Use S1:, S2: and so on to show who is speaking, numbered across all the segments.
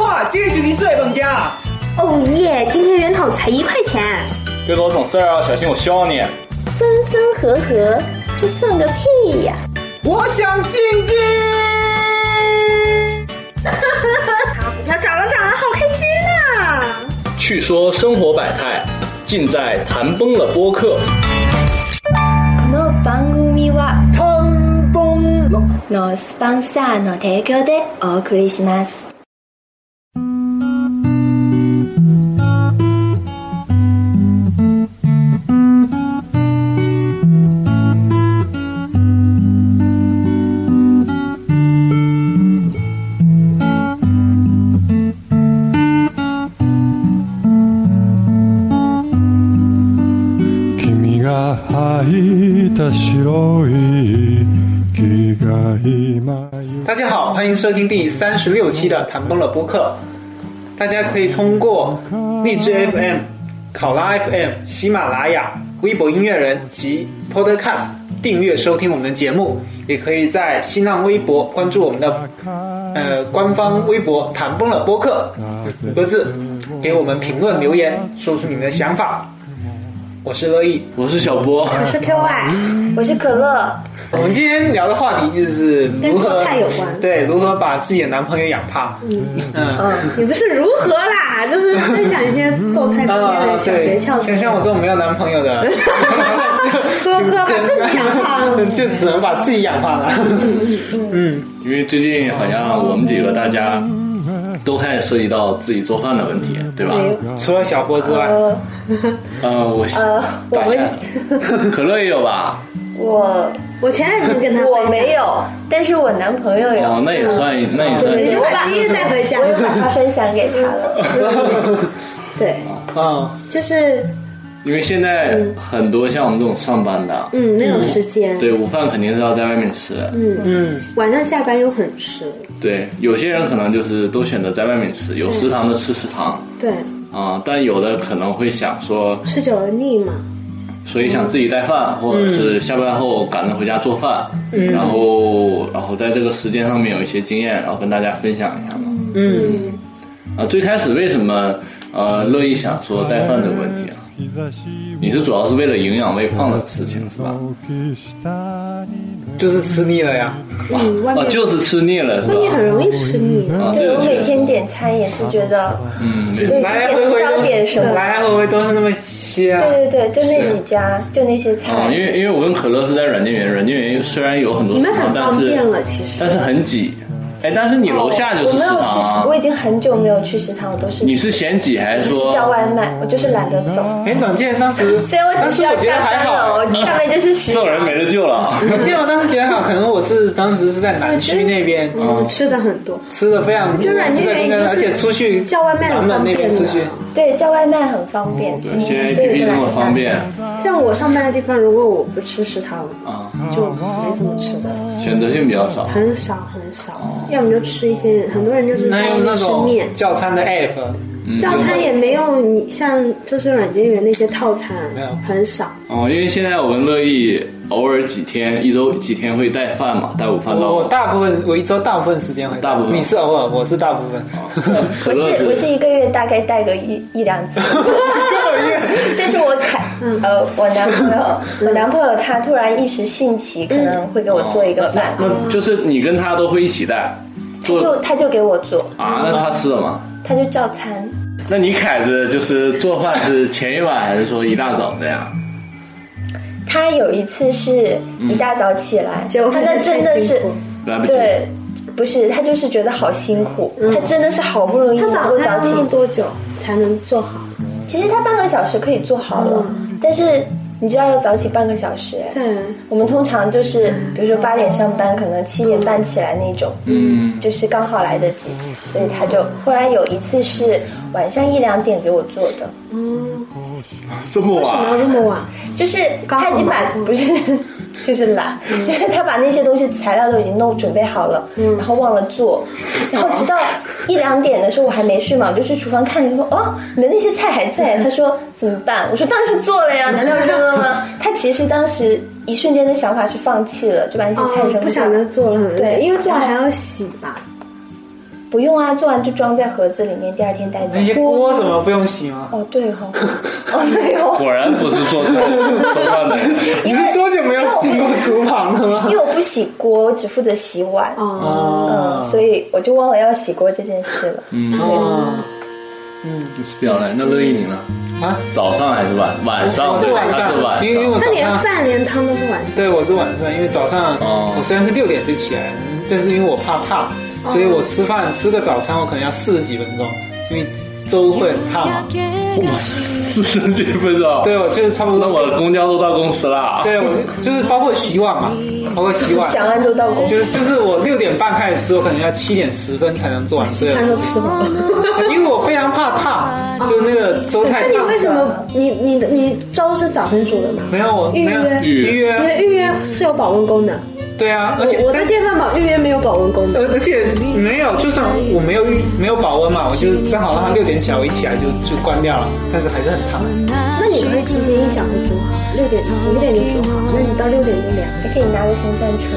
S1: 哇，这是一醉蹦家。
S2: 哦耶！今天人头才一块钱，
S3: 别多整事儿啊，小心我削你！
S4: 分分合合，这算个屁呀、
S1: 我想静静。
S2: 好股票涨了涨了，好开心啊！
S3: 去说生活百态，尽在谈崩了播客。
S4: この番組は
S1: 腾崩了。
S4: のスポンサーの提供でお送りします。
S5: 君が履いた白い木が今
S6: 大家好，欢迎收听第三十六期的《谈崩了》播客。大家可以通过荔枝 FM、考拉 FM、喜马拉雅、微博音乐人及 Podcast 订阅收听我们的节目，也可以在新浪微博关注我们的呃官方微博“谈崩了播客”五个字，给我们评论留言，说出你们的想法。我是乐意，
S3: 我是小波，
S2: 我是 QY，
S4: 我是可乐，
S6: 我们今天聊的话题就是如
S2: 跟
S6: 何
S2: 做菜有关
S6: 对如何把自己的男朋友养胖。嗯
S2: 哦也不是如何啦，就是分享一些做菜方面的小诀
S6: 啊对，
S2: 窍。
S6: 像像我这种没有男朋友的，
S2: 呵呵，把自己养胖了。
S6: 就只能把自己养胖了。 嗯，
S3: 因为最近好像我们几个大家都开始涉及到自己做饭的问题，对吧？
S6: 除了小波之 外，
S4: 呃
S3: 呃，我
S4: 呃，我
S3: 打一下，
S4: 们
S3: 可乐也有吧？
S4: 我
S2: 我前两天跟他
S4: 我
S2: 分享
S4: 没，有，但是我男朋友有，
S3: 哦，那也算，那也
S2: 对，
S3: 算。
S2: 就把第一带回家
S4: 我。也把他分享给他 了。
S2: 对，
S6: 嗯，
S2: 就是
S3: 因为现在很多像我们这种上班的，
S2: 嗯，没有时间，
S3: 对，午饭肯定是要在外面吃。
S6: 嗯，
S2: 晚上下班又很迟。
S3: 对，有些人可能就是都选择在外面吃，有食堂的吃食堂
S2: 对，
S3: 啊、但有的可能会想说，
S2: 吃久了腻嘛。
S3: 所以想自己带饭，或者
S4: 嗯
S3: 是下班后赶着回家做饭，然后然后在这个时间上面有一些经验，然后跟大家分享一下嘛。
S6: 嗯，
S3: 啊，最开始为什么呃乐意想说带饭这个问题啊？
S5: 日差し
S3: 你是主要是为了营养喂胖的事情是吧？
S5: の下に
S6: 就是吃腻了呀。
S2: 嗯，外
S3: 啊，
S2: 面
S3: 就是吃腻了是
S2: 外面很
S3: 吧？
S2: 容易吃腻。
S6: 嗯
S3: 啊，这
S4: 对
S3: 个
S4: 我
S3: 确
S4: 每
S3: 实，
S4: 天点餐也是觉得，
S3: 嗯，
S4: 对，
S6: 来来
S4: 就
S6: 回
S4: 点
S6: 回
S4: 不知道
S6: 都
S4: 点什么。
S6: 来来回回都是那么些啊。
S4: 对对对，就那几家，就那些菜。
S3: 啊，因为因为我跟可乐是在软件园，软件园虽然有很多
S2: 你
S3: 食
S2: 们
S4: 啊
S3: 堂
S2: 很，
S3: 但
S2: 方
S3: 是
S6: 嗯
S2: 便了，其实
S3: 但是很挤。哎，但是你楼下就是
S4: 我没
S3: 食
S4: 有
S3: 堂
S4: 去食，
S3: 啊
S4: 我。已经很久没有去食堂，我都是
S3: 你是嫌挤还是
S4: 只
S3: 说
S4: 是叫外卖，我就是懒得走。
S6: 哎，软件当时，
S4: 虽然我只
S6: 当
S4: 需
S6: 时
S4: 要
S6: 我觉得
S4: 下
S6: 还
S4: 三
S6: 好哎。
S4: 楼，下面就是食
S3: 这
S4: 堂
S3: 种。人没得救了啊？
S6: 软件我当时觉得还好，可能我是当时是在南区那边
S2: 嗯，吃的很多，
S6: 吃的非常多，
S2: 就软件园已经是
S6: 而且出去
S2: 叫外卖很
S6: 南
S2: 方
S6: 门那
S2: 便嗯
S6: 边出去
S2: 了。。
S4: 对，叫外卖很方便，
S3: 哦对，
S4: 嗯
S3: 现在
S4: 所以
S3: APP
S4: 就
S3: 这
S4: 懒
S3: 么
S4: 得下
S3: 方便
S4: 去
S2: 像我上班的地方，如果我不吃食堂，
S3: 啊，
S6: 嗯
S2: 就没怎么吃的，
S3: 选择性比较
S4: 嗯
S3: 少。
S2: 很少很少。要么就吃一些，很多人就是
S6: 那
S2: 在
S6: 用那
S2: 吃
S6: 种嗯
S2: 面。
S6: 叫餐的 app，
S2: 叫餐也没有你像就是软件园那些套餐
S6: 没有，
S2: 很少。
S3: 哦，因为现在我跟乐意偶尔几天，一周几天会带饭嘛，带午饭到
S6: 我我
S4: 哦
S3: 我。
S6: 大部分我一周大部分时间会带，
S3: 大部分哦
S6: 你是偶尔，我是大部分。
S3: 可
S4: 我
S3: 乐
S4: 是我是一个月大概带个一一两次， 这是我凯呃我男朋友，
S2: 嗯
S4: 我男朋友他突然一时兴起，可能会给我做一个饭，
S2: 嗯
S3: 那就是你跟他都会一起带，
S4: 他
S3: 做
S4: 就他就给我做，
S3: 啊？那他吃了吗？
S4: 他就照餐，
S3: 那你凯子就是做饭是前一晚还是说一大早这样？
S4: 他有一次是一大早起来，
S2: 嗯结果
S4: 他那真的
S2: 太
S4: 是
S2: 辛苦
S3: 来不及。
S4: 对，不是他就是觉得好辛苦，他真的是好不容
S2: 嗯
S4: 易
S2: 他
S4: 能
S2: 早
S4: 够早
S2: 餐
S4: 起
S2: 要弄，多久才能做好？
S4: 其实他半个小时可以做好了，但是你知道要早起半个小时，哎
S2: 对，
S4: 我们通常就是比如说八点上班，可能七点半起来那种，
S3: 嗯，
S4: 就是刚好来得及，所以他就忽然有一次是晚上一两点给我做的，
S3: 这么
S6: 哦
S2: 然后
S3: 晚
S2: 这么晚，
S4: 就是他已经把
S2: 刚好嗯
S4: 不是，就是懒， 就是他把那些东西材料都已经弄准备好了，然后忘了做，然后直到一两点的时候我还没睡嘛，我就去厨房看了一下，说哦，你的那些菜还在，他说怎么办？我说当然是做了呀，难道扔了吗？他其实当时一瞬间的想法是放弃了，就把那些菜
S2: 哦
S4: 扔，
S2: 不
S4: 掉
S2: 想再
S4: 了。
S2: 做了，很累，
S4: 对
S2: 因为做完还要洗吧。
S4: 不用啊，做完就装在盒子里面，第二天带走。
S6: 那些锅怎么不用洗吗？
S4: 哦，对哈、哦，对哦，
S3: 果然不是做菜做饭的人。
S6: 你
S4: 因
S6: 是
S4: 为
S6: 多久没有进过
S4: 因为
S6: 厨房了
S4: 我
S6: 吗
S4: 因？为我不洗锅，我只负责洗碗，
S2: 哦，
S6: 哦
S4: 嗯，所以我就忘了要洗锅这件事了。
S3: 嗯，
S6: 哦，嗯
S3: 是比较累。那乐意你呢？
S6: 啊，
S3: 早上还是晚？晚上
S6: 我是
S3: 对吧
S6: 晚
S3: 他是晚
S6: 上，因为因为
S3: 上。
S6: 我
S2: 那
S6: 早
S2: 连
S6: 上
S2: 饭连汤都是晚上。
S6: 对我是晚上，因为早上
S3: 哦
S6: 我虽然是六点就起来，但是因为我怕胖，
S2: 哦
S6: 所以我吃饭吃个早餐我可能要四十几分钟，因为粥会很胖
S2: 哦
S6: 嘛。
S3: 哇，四十几分钟。啊
S6: 对，我就是差不
S3: 那
S6: 多。
S3: 我公交都到公司了。
S6: 对，我就就是包括洗碗嘛，
S2: 嗯
S6: 包括洗碗，
S4: 想按都到公司，
S6: 就是就是我六点半开始吃，我可能要七点十分才能做完所有
S4: 饭
S6: 事
S4: 哦都吃完了。
S6: 情，因为我非常怕烫，就是那个粥太
S2: 嗯那
S6: 烫。
S2: 你为什么你你你粥是早晨煮的吗？
S6: 没有我
S2: 预
S6: 没有
S2: 约，
S3: 预约
S2: 你的预约是有保温功能。
S6: 对啊，而且
S2: 我我的
S6: 但
S2: 电饭煲预约没有保温功能。
S6: 而而且没有，就算我没有预没有保温嘛，我就正好让它六点起来，我一起来就就关掉了，但是还是很烫。
S2: 那你可以提前一小时煮好，六点五点就煮好，那你到六点就凉。
S4: 你可以拿个风扇吹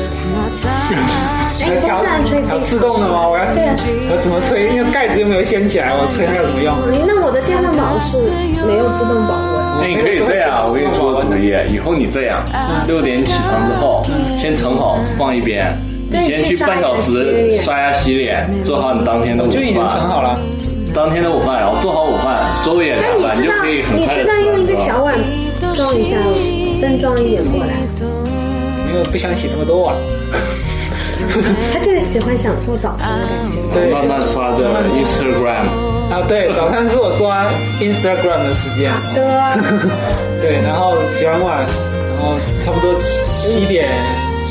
S4: 它。
S2: 哎，风扇吹
S6: 调
S2: 可以。
S6: 自动的吗？我要
S4: 对啊
S6: 我怎么吹？因为盖子又没有掀起来，我吹它有什么用？
S2: 哎，那我的电饭煲是没有自动保温。
S3: 那你可以这样，我跟你说，主意，以后你这样，六点起床之后，先盛好放一边，你先去半小时刷牙洗脸，做好你当天的午
S6: 就已经盛
S3: 饭，
S6: 好了。
S3: 当天的午饭，然后做好午饭，粥也
S2: 那
S3: 凉了，
S2: 你知
S3: 你就
S2: 道
S3: 可以很
S2: 你
S3: 快
S2: 知
S3: 的
S2: 道用一个
S3: 吃
S2: 小
S3: 了。
S2: 碗装一下，分装一点过来。
S6: 因为不想洗那么多啊碗。
S2: 他就是喜欢享受早餐的感 觉。
S6: 对，
S3: 慢慢刷的 Instagram，
S6: 啊，对，早餐是我刷 Instagram 的时间。
S2: 的，
S6: 对，然后洗完碗，然后差不多七七点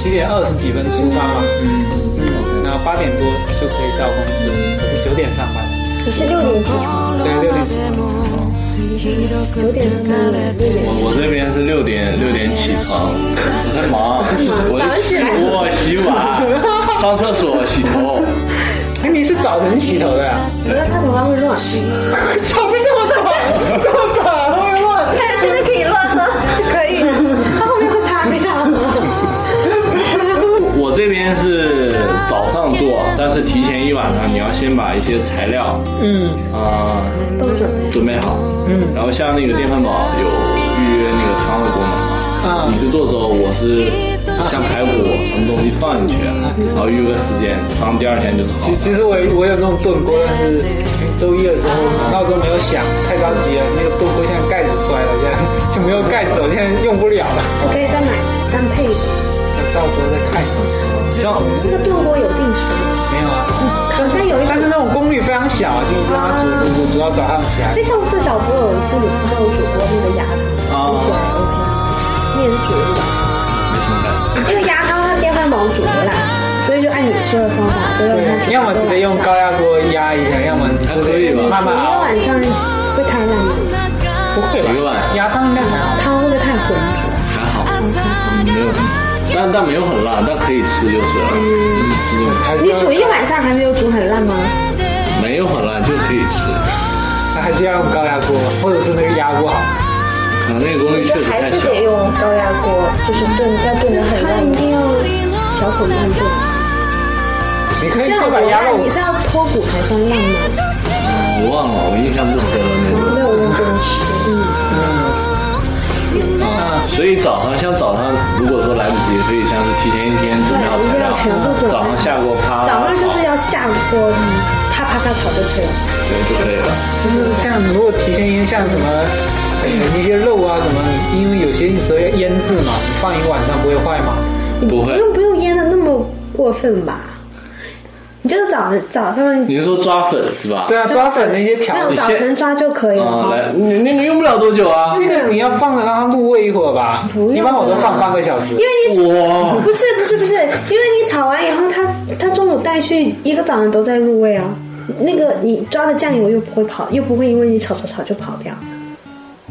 S6: 七点二十几分出发嘛，嗯嗯，然后八点多就可以到公司，我是九点上班，
S4: 你是六点起床，
S6: 对，六点起床。
S2: 九点上班，六点。
S3: 我我这边是六点六点起床，我在忙，我在洗锅、洗碗、上厕所、洗头，
S6: 哎，你是早晨洗头的啊呀、
S2: 除了他头发会乱，
S6: 操，这么早，这么早会乱？
S4: 它真的可以乱吗？
S2: 可以的，他后面会塌掉。
S3: 我这边是早上做，但是提前一晚上，你要先把一些材料
S6: 嗯
S3: 啊、
S2: 都准备
S3: 准备好。
S6: 嗯
S3: 然后像那个电饭煲有预约那个汤的功能嘛，
S6: 啊
S3: 你是做粥，我是像排骨什么东西放进去，然后预个时间，汤第二天就是好
S6: 其。其实我也我有那种炖锅，但是周一的时候闹钟没有响，太着急了，那个炖锅现在盖子摔了，现在就没有盖子，我现在用不了了。
S2: 我可以再买单配的。
S6: 我到时候再看一下。像
S2: 这个炖锅有定时吗？
S6: 没有啊，
S2: 好像有一
S6: 但是
S2: 个。
S6: 那种功率非常小啊，就是它煮煮煮煮到早上起来
S2: 就。上次小波有一次你看到我煮过那个鸭汤，你喜欢 OK 吗？你也是煮的吧？因为鸭汤它电饭煲煮的啦，所以就按你说的方法，就让它煮
S6: 嗯要么直接用高压锅压一下，要么你
S3: 还可以
S2: 煮
S3: 吧
S6: 慢慢
S2: 一个
S6: 熬。
S2: 晚上会太烂吗？
S6: 不会吧？
S3: 一个晚上
S6: 压汤应该还好。
S2: 汤会不会太浑浊？
S3: 还好，没有，但但没有很辣，但可以吃就是了，嗯，是这种
S6: 还是
S2: 你
S6: 要
S2: 煮一晚上还没有煮很烂吗？
S3: 没有很辣就可以吃，
S6: 还是要用高压锅，或者是那个压锅好。
S3: 可能那个功率
S4: 就
S3: 确实
S4: 还
S3: 太
S4: 是
S3: 小。
S4: 得用高压锅，就是炖要
S2: 嗯
S4: 炖得很烂
S2: 那一
S4: 的。
S2: 定要小火慢炖。
S6: 你可以
S2: 这样
S6: 先把
S2: 我
S6: 鸭肉
S2: 烂，你是要脱骨才算烂吗？
S3: 我忘了，我印象不深了那种。
S4: 没有认真吃，
S3: 所以早上像早上，如果说来不及，可以像是提前一天准备好材
S2: 对一定要全部
S3: 料，
S2: 准备好
S3: 早上下锅啪，
S2: 早上就是要下锅，嗯啪啪啪炒就可以了。
S3: 对就可以了。
S6: 就是像如果提前腌，像什么呃那些肉啊什么，因为有些时候要腌制嘛，你放一个晚上不会坏嘛。
S3: 不
S2: 不
S3: 会，
S2: 用不用腌的那么过分吧？你就是早早上
S3: 你是说抓粉是吧？
S6: 对啊，抓粉那些哦
S2: 没
S6: 调
S2: 有
S6: 理
S2: 早
S3: 先
S2: 晨抓就可以了。
S3: 啊，来，你那个用不了多久啊。
S6: 那个你要放着让它入味一会儿吧，一般我都放半个小时
S2: 因。为你
S3: 哇，
S2: 不是不是不是，因为你炒完以后，它它中午带去一个早上都在入味啊。那个你抓的酱油又不会跑，又不会因为你炒炒炒就跑掉，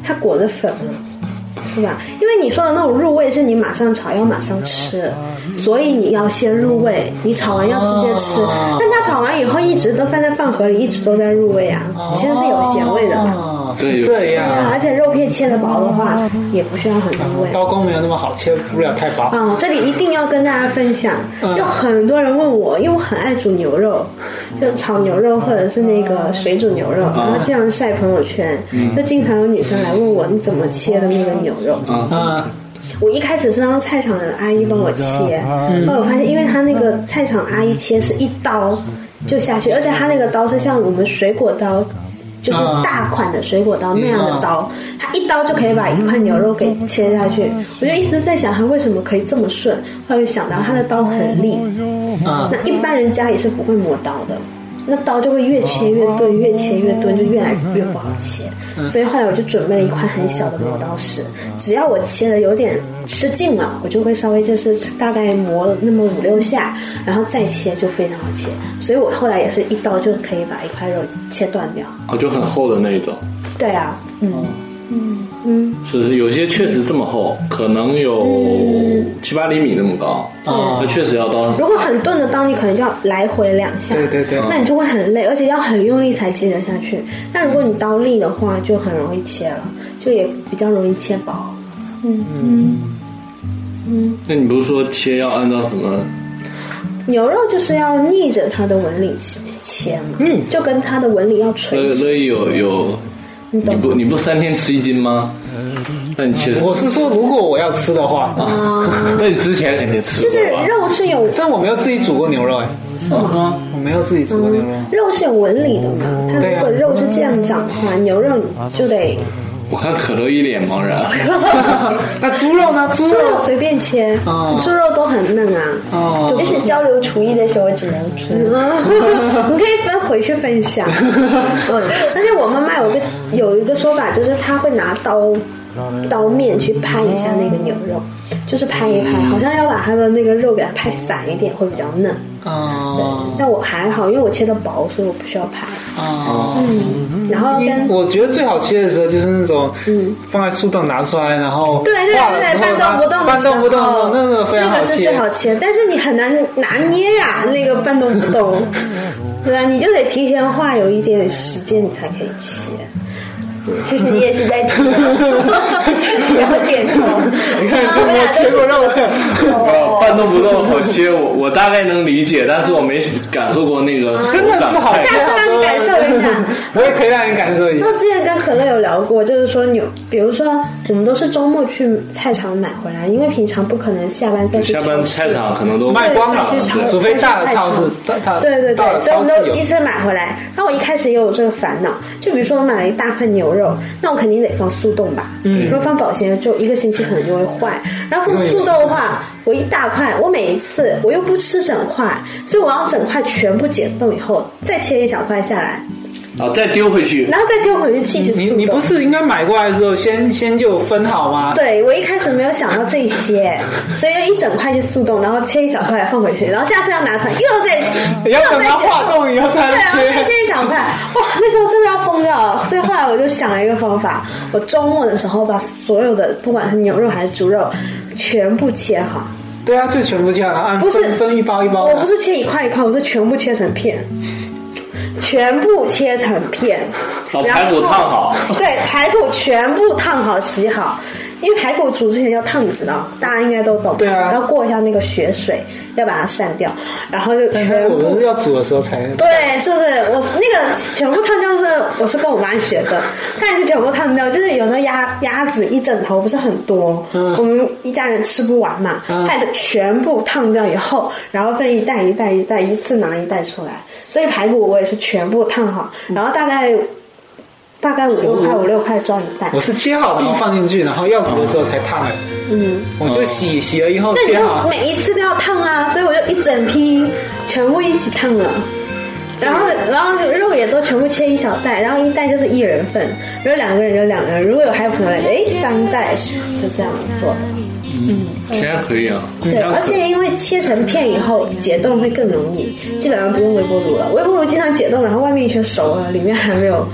S2: 它裹着粉了，是吧？因为你说的那种入味是你马上炒要马上吃，所以你要先入味，你炒完要直接吃。
S6: 哦
S2: 但它炒完以后一直都放在饭盒里，一直都在入味啊，其实是有咸味的吧？
S6: 哦
S3: 对有
S6: 这
S3: 咸
S6: 样
S3: 味
S2: 啊，
S6: 啊
S2: 而，且肉片切的薄的话，也不需要很入味。
S6: 刀工没有那么好切，不了太薄。
S2: 啊、这里一定要跟大家分享，就很多人问我，因为我很爱煮牛肉，就炒牛肉或者是那个水煮牛肉，然后经常晒朋友圈，就经常有女生来问我你怎么切的那个牛肉。
S6: 啊，
S2: 我一开始是让菜场的阿姨帮我切，后来我发现，因为她那个菜场阿姨切是一刀就下去，而且她那个刀是像我们水果刀，就是大款的水果刀那样的刀，她一刀就可以把一块牛肉给切下去。我就一直在想，她为什么可以这么顺？后来就想到她的刀很利，
S6: 啊
S2: 那一般人家里是不会磨刀的，那刀就会越切越钝，越切越钝，就越来越不好切。所以后来我就准备了一块很小的磨刀石，只要我切的有点吃劲了，我就会稍微就是大概磨那么五六下，然后再切就非常好切。所以我后来也是一刀就可以把一块肉切断掉。
S3: 哦，就很厚的那一种。
S2: 对啊，嗯嗯
S3: 是有些确实这么厚，可能有七八厘米那么高，
S6: 啊
S3: 那确实要刀
S2: 嗯，如果很钝的刀，你可能就要来回两下。
S6: 对对对，
S2: 那你就会很累，而且要很用力才切得下去。那如果你刀利的话，就很容易切了，就也比较容易切薄。
S3: 那你不是说切要按照什么？
S2: 牛肉就是要逆着它的纹理切嘛，
S6: 嗯呃
S2: 就跟它的纹理要垂
S3: 所以
S2: 直。
S3: 所以有有，
S2: 你
S3: 你
S2: 懂
S3: 不你不三天吃一斤吗？那你切，
S6: 我是说如果我要吃的话，
S2: 嗯
S3: 那你之前肯定
S6: 呃
S3: 吃
S2: 就是
S3: 过吧？
S2: 肉是有
S6: 但我没有自己煮过牛肉哎，是吗？我没有自己煮过牛肉，
S2: 肉是有纹理的嘛，它
S6: 对
S2: 如
S6: 啊
S2: 果肉是这样长的话，牛肉你就得
S3: 我看可乐一脸茫然，
S6: 那猪肉呢？猪
S2: 猪肉
S6: 肉
S2: 随便切
S6: 哦，
S2: 猪肉都很嫩啊。
S6: 哦，
S4: 就是交流厨艺的时候，我只能 听。
S2: 你可以分回去分 享。嗯，而且我妈妈有个有一个说法，就是她会拿刀刀面去拍一下那个牛肉，就是拍一
S6: 嗯
S2: 拍，好像要把它的那个肉给它拍散一点，会比较嫩。
S6: 啊
S2: 但我还好，因为我切的薄，所以我不需要拍。
S6: 啊。
S2: 嗯，然后跟
S6: 我觉得最好切的时候就是那种
S2: 嗯
S6: 放在树洞拿出来，然后
S2: 对对
S6: 化了之
S2: 对，
S6: 后
S2: 搬动不动的
S6: 搬
S2: 时候，
S6: 动不动的时候那个非常好
S2: 那个是最
S6: 切啊
S2: 好切，但是你很难拿捏呀、那个搬动不动，对啊，你就得提前画有一点时间，你才可以切。
S4: 其实你也是在听， 然后点头。
S6: 你看
S4: 啊
S6: 这
S4: 我
S6: 没有
S4: 俩都
S6: 切
S4: 是
S6: 过肉
S4: 这个
S3: 哦
S4: 哦
S3: 半动不动好切，我我大概能理解，但是我没感受过那个
S6: 啊真的
S3: 手掌
S6: 不好
S3: 太
S6: 切，啊
S2: 下次让你感受一下
S6: 我也可以让你感受一下
S2: 那之前跟可乐有聊过，就是说你有，比如说我们都是周末去菜场买回来，因为平常不可能下班再去
S3: 下
S2: 超市。
S3: 班菜场可能都
S6: 卖光了
S2: 对超，市
S6: 除非大的超市，大大
S2: 对对
S6: 大
S2: 对，
S6: 的
S2: 所以我
S6: 超
S2: 们
S6: 市
S2: 都
S6: 有
S2: 一次买回来。然后我一开始也有这个烦恼，就比如说我买了一大块牛肉，那我肯定得放速冻吧。嗯，如果放保鲜，就一个星期可能就会坏。然后放速冻的话，我一大块，我每一次我又不吃整块，所以我要整块全部解冻以后，再切一小块下来，
S3: 啊再丢回去，
S2: 然后再丢回去继续速冻。
S6: 你你不是应该买过来的时候先先就分好吗？
S2: 对，我一开始没有想到这些，所以就一整块去速冻，然后切一小块放回去，然后下次要拿出来又再切，
S6: 要等
S2: 又再
S6: 它
S2: 切
S6: 化冻以后才能
S2: 对，然后再
S6: 切。
S2: 切一小块，哇，那时候真的要疯掉了。所以后来我就想了一个方法，我周末的时候把所有的不管是牛肉还是猪肉全部切好，
S6: 对啊，就全部这样，然后按
S2: 不是
S6: 分分一包一包
S2: 我不
S6: 的。
S2: 是切一块一块，我是全部切成片，全部切成片，
S3: 把
S2: 然后
S3: 排骨烫好
S2: 对，排骨全部烫好洗好，因为排骨煮之前要烫，你知道，大家应该都懂，
S6: 对啊
S2: 要过一下那个血水，要把它散掉，然后就
S6: 但是
S2: 全
S6: 我们
S2: 部
S6: 是。要煮的时候才
S2: 对，是不是？我是那个全部烫掉是，我是跟我妈学的，她也是全部烫掉，就是有时候鸭鸭子一整头不是很多，
S6: 嗯
S2: 我们一家人吃不完嘛，
S6: 嗯
S2: 她也是全部烫掉以后，然后分一袋一袋一袋，一次拿一袋出来。所以排骨我也是全部烫好，然后大概大概五六块五六块装一袋
S6: 嗯我，是切好哦然后放进去，然后要煮的时候才烫的。
S2: 嗯。
S6: 我就洗洗了以后
S2: 那你
S6: 切
S2: 就
S6: 好，啊
S2: 每一次都要烫啊，所以我就一整批全部一起烫了。然后，然后肉也都全部切一小袋，然后一袋就是一人份，如果两个人就两个人，如果有还有朋友来，哎，三袋就这样做的。
S3: 现在可以啊，
S2: 对，而且因为切成片以后解冻会更容易，基本上不用微波炉了。微波炉经常解冻，然后外面一圈熟了，里面还没有，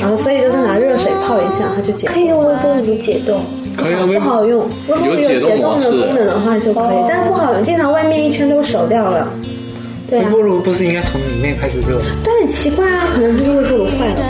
S2: 然后所以就是拿热水泡一下，它就解
S4: 可以用微波炉解冻，
S3: 可以啊，微
S2: 不好用。微波炉有
S3: 有
S2: 解
S3: 解
S2: 冻
S3: 冻模
S2: 的
S3: 式
S2: 功能的话就可以，但不好用，经常外面一圈都熟掉了。对
S6: 微
S2: 啊
S6: 波，炉不是应该从里面开始热？
S2: 但很奇怪啊，可能是微波炉坏了吧？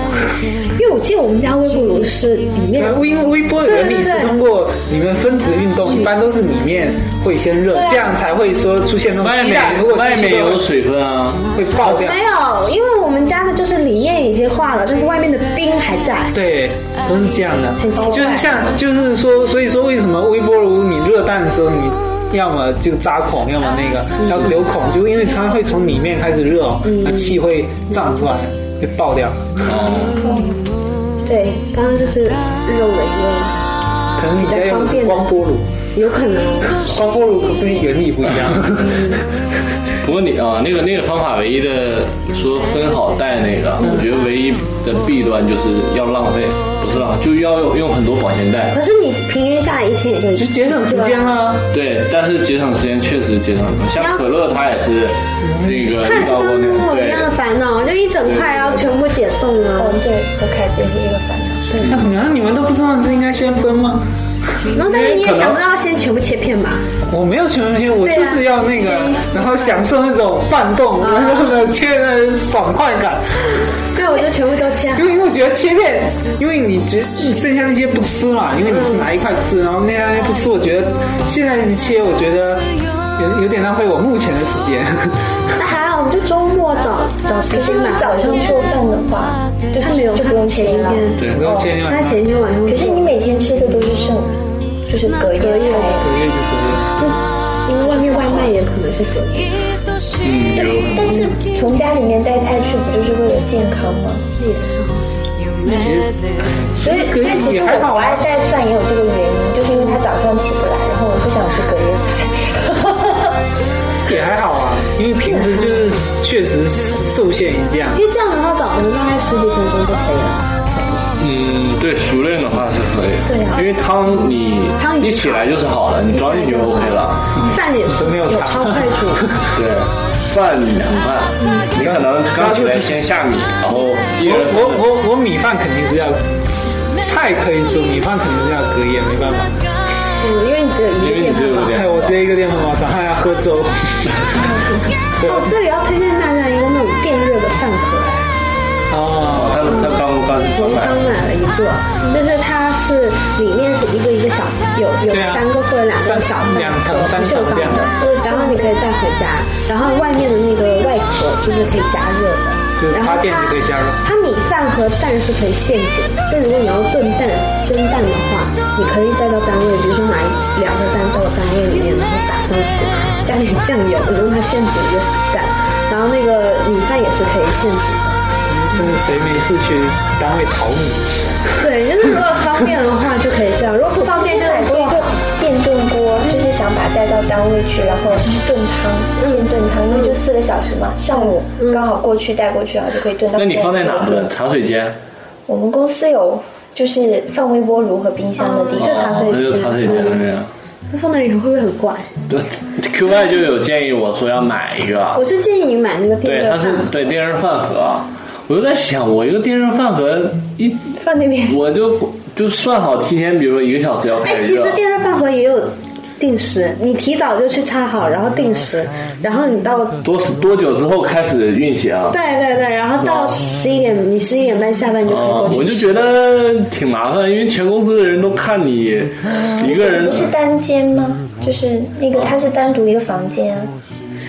S2: 因为我记得我们家微波炉是里面
S6: 那微微波的原理是通过你们分子运动，一般都是里面会先热，
S2: 啊
S6: 这样才会说出现那种
S3: 外
S6: 鸡蛋
S3: 面
S6: 如果
S3: 外
S6: 进去
S3: 面
S6: 热
S3: 有水分啊，
S6: 会爆掉。
S2: 没有，因为我们家的就是里面已经化了，但是外面的冰还在。
S6: 对，都是这样的
S2: 很奇怪，
S6: 就是像，就是说，所以说为什么微波炉你热蛋的时候，你要么就扎孔，要么
S2: 啊
S6: 那个要留孔，就因为它会从里面开始热哦，
S2: 嗯
S6: 那气会胀出来，会爆掉，
S3: 哦，
S2: 对，刚刚就是肉的一
S6: 可能你家用的是光波炉，
S2: 个，有可能哦
S6: 光波炉可估计原理不一样，
S3: 不过你啊，那个那个方法唯一的说分好袋那个，我觉得唯一的弊端就是要浪费，不是浪费，就要用用很多保鲜袋。
S2: 可是你平均下来一天也就
S6: 就节省时间啊了。
S3: 对，但是节省时间确实节省很多。像可乐，它也是那个
S2: 啊看
S3: 遇
S2: 是
S3: 到过
S2: 跟
S3: 那
S2: 我
S3: 个
S2: 一
S3: 对
S2: 样的烦恼，就一整块要全部解冻啊
S4: 哦，。对，我开始是这个烦恼。
S6: 难道你们都不知道是应该先分吗？
S2: 然后但是你也想不到先全部切片吧？
S6: 我没有全身心，我
S2: 对啊
S6: 就是要那个
S2: 先，
S6: 然后享受那种拌动，然后呢切的爽快感。
S2: 对，我就全部都啊切好
S6: 因。为因为我觉得切片，因为你觉你剩下那些不吃嘛，因为你是拿一块吃，然后那样不吃，我觉得现在切，我觉得有有点浪费我目前的时间。
S2: 那还好，我们就周末找找时
S4: 可是
S2: 间
S4: 你
S2: 买。
S4: 早上做饭的话，就
S2: 他没有，
S4: 就
S2: 他
S4: 不用切
S2: 前一
S4: 了。
S2: 天，
S6: 对，不用切那
S2: 他前一天晚上。
S4: 可是你每天吃的都是剩，就是隔夜菜。
S6: 隔夜就隔夜，
S2: 因为外面外卖也可能是隔夜，
S3: 嗯，有
S4: 但是从家里面带菜去，不就是为了健康吗？
S2: 那也是。
S4: 所以，所以其实我不爱带饭也有这个原因，就是因为他早上起不来，然后我不想吃隔夜菜。
S6: 也还好啊，因为平时就是确实受限于这样。
S2: 因为这样的话，早晨大概十几分钟就可以了。
S3: 嗯，对，熟练的话是可以，
S4: 对啊
S3: 因为汤你
S2: 汤已经
S3: 一起来就是好了，你装进去就 OK 了。
S2: 饭也是
S6: 没有糖
S2: 超快 煮，
S3: 对，饭很慢，你可能刚起来先下米，然后一
S6: 我
S3: 人分了
S6: 我我我米饭肯定是要，菜可以吃，米饭肯定是要隔夜，没办法。
S2: 嗯，因为你只有一个
S3: 因为你
S2: 电
S3: 只有
S2: 饭煲。
S3: 个电
S6: 哎，我这一个电饭煲，早上要喝粥。
S2: 哦，这里要推荐大家一个那种电热的饭盒，
S6: 哦
S3: 他他刚刚
S2: 我
S3: 刚
S2: 们
S3: 买
S2: 刚买了一个，就是它是里面是一个一个小，有有
S6: 对啊
S2: 三个或者两个
S6: 三
S2: 小饭盒
S6: 两层三
S2: 不
S6: 层
S2: 锈
S6: 这
S2: 钢
S6: 样
S2: 的，然后你可以带回家，然后外面的那个外壳就是可以加热的。
S6: 就是
S2: 然后
S6: 插电
S2: 它
S6: 就可以加热
S2: 它米饭和蛋是可以现煮，就如果你要炖蛋、蒸蛋的话，你可以带到单位，比如说买两个蛋到单位里面，然后打成糊，加点酱油，你用它现煮一个蛋，然后那个米饭也是可以现煮的。
S6: 就是谁没事去单位淘米？
S2: 对，就是如果方便的话就可以这样，如果不方便
S4: 之
S2: 就
S4: 前
S2: 来
S4: 买过
S2: 做
S4: 一个电炖锅，就是想把它带到单位去，然后炖汤，现炖汤，因为就四个小时嘛，上午刚好过去带过去，然后就可以炖到。
S3: 那你放在哪炖？？茶水间？
S4: 我们公司有就是放微波炉和冰箱的地
S2: 就
S4: 方。
S2: 茶
S3: 哦
S2: 水
S3: 那
S2: 间
S3: 就茶水间那边。
S2: 那放那里会不会很怪？
S3: 对，QY 就有建议我说要买一个，啊
S2: 我是建议你买那个电
S3: 对，
S2: 热
S3: 它
S2: 饭
S3: 是，对电热饭盒，啊我就在想，我一个电热饭盒一，
S4: 放那边。
S3: 我就就算好提前，比如说一个小时要开
S2: 哎，其
S3: 热
S2: 实，电热饭盒也有定时，你提早就去插好，然后定时，
S3: 嗯
S2: 然后你到
S3: 多多久之后开始运行？啊
S2: 对对对，然后到十一点，你十一点半下班你就可以过
S3: 啊，
S2: 去吃。
S3: 我就觉得挺麻烦，因为全公司的人都看你
S2: 嗯
S3: 一个人
S4: 不，是单间吗？就是那个，它是单独一个房间啊。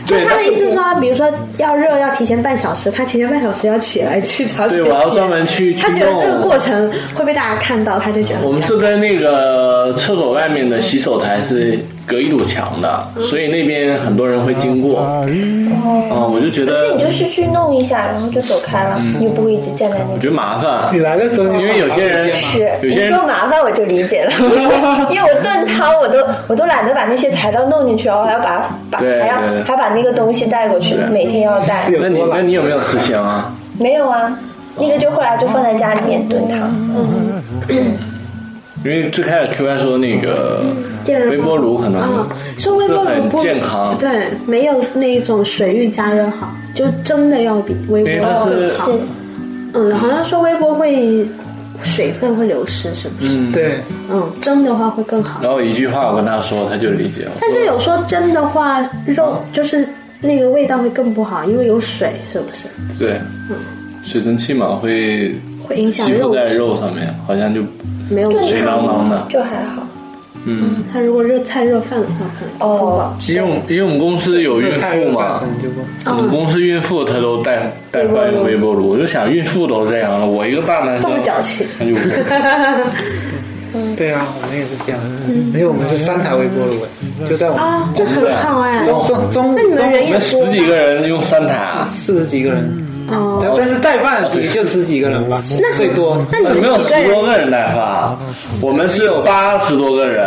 S3: 对，
S2: 他的意思是说，比如说要热要提前半小时，他提前半小时要起来去茶水
S3: 对
S2: 间。
S3: 我要专门去去
S2: 他觉得这个
S3: 弄
S2: 过程会被大家看到，他就觉得
S3: 我们是跟那个厕所外面的洗手台是隔一堵墙的，所以那边很多人会经过。
S2: 哦
S3: 啊，我就觉
S4: 可是
S3: 得
S4: 你就是去弄一下，然后就走开了，你又不会一直站在那
S3: 我
S4: 里
S3: 觉得麻烦
S6: 你。来的时候，
S3: 因为有些人
S4: 吃。
S3: 有些
S4: 你
S3: 人
S4: 说麻烦我就理解 了，因为我炖汤我都我都懒得把那些材料弄进去，然后还要把它把
S3: 对
S4: 还要
S3: 对
S4: 还把那个东西带过去，每天要带。
S6: 是有
S3: 那你
S6: 多
S3: 那
S6: 懒。
S2: 嗯
S3: 你有没有吃香啊？
S4: 没有啊，那个就后来就放在家里面炖汤。
S3: 因为最开始 Q Y 说那个
S2: 电热
S3: 微波炉可能
S2: 啊，说微波
S3: 不是
S2: 炉
S3: 很
S2: 不
S3: 健康
S2: 对，没有那种水浴加热好，就真的要比微波
S3: 因为它
S2: 炉
S3: 哎是
S4: 哦
S2: 好。嗯，好像说微波会水分会流失，是不是？
S3: 嗯，。
S6: 对，
S2: 嗯，蒸的话会更好。
S3: 然后一句话我跟他说，他就理解了。
S2: 但是有时候蒸的话，肉就是那个味道会更不好，因为有水，是不是？
S3: 对，水蒸气嘛会
S2: 会影响
S3: 吸附
S2: 肉
S3: 在
S2: 质
S3: 肉上面，好像就
S2: 没有
S4: 就
S3: 水
S4: 还
S3: 当
S4: 好
S3: 当的
S4: 就还好。
S3: 嗯，
S2: 它如果热菜热饭的话，可 能就不
S4: 哦
S2: 好，
S3: 因为我们因为我们公司有孕
S6: 太热
S3: 妇嘛
S6: 了，，就不
S2: 嗯
S3: 我们公司孕妇她都带带怀那个微波炉，我就想孕妇都这样了，我一个大男
S2: 这
S3: 生
S2: 么矫情。
S3: 那就不 行
S6: 对啊，我们也是这样，而且我们是三台微波炉，就在我
S2: 啊，
S6: 们
S2: 好可怕哎！
S6: 中中中
S2: 那你们人
S3: 我
S2: 也
S3: 们
S2: 多
S3: 十几个人用三台啊，
S6: 四十几个人，
S2: 哦，
S6: 但是带饭也就十几个人吧，最多。
S2: 那你们
S3: 没有
S2: 几
S3: 十
S2: 个人
S3: 多个人带饭，啊我们是有八十 多个人，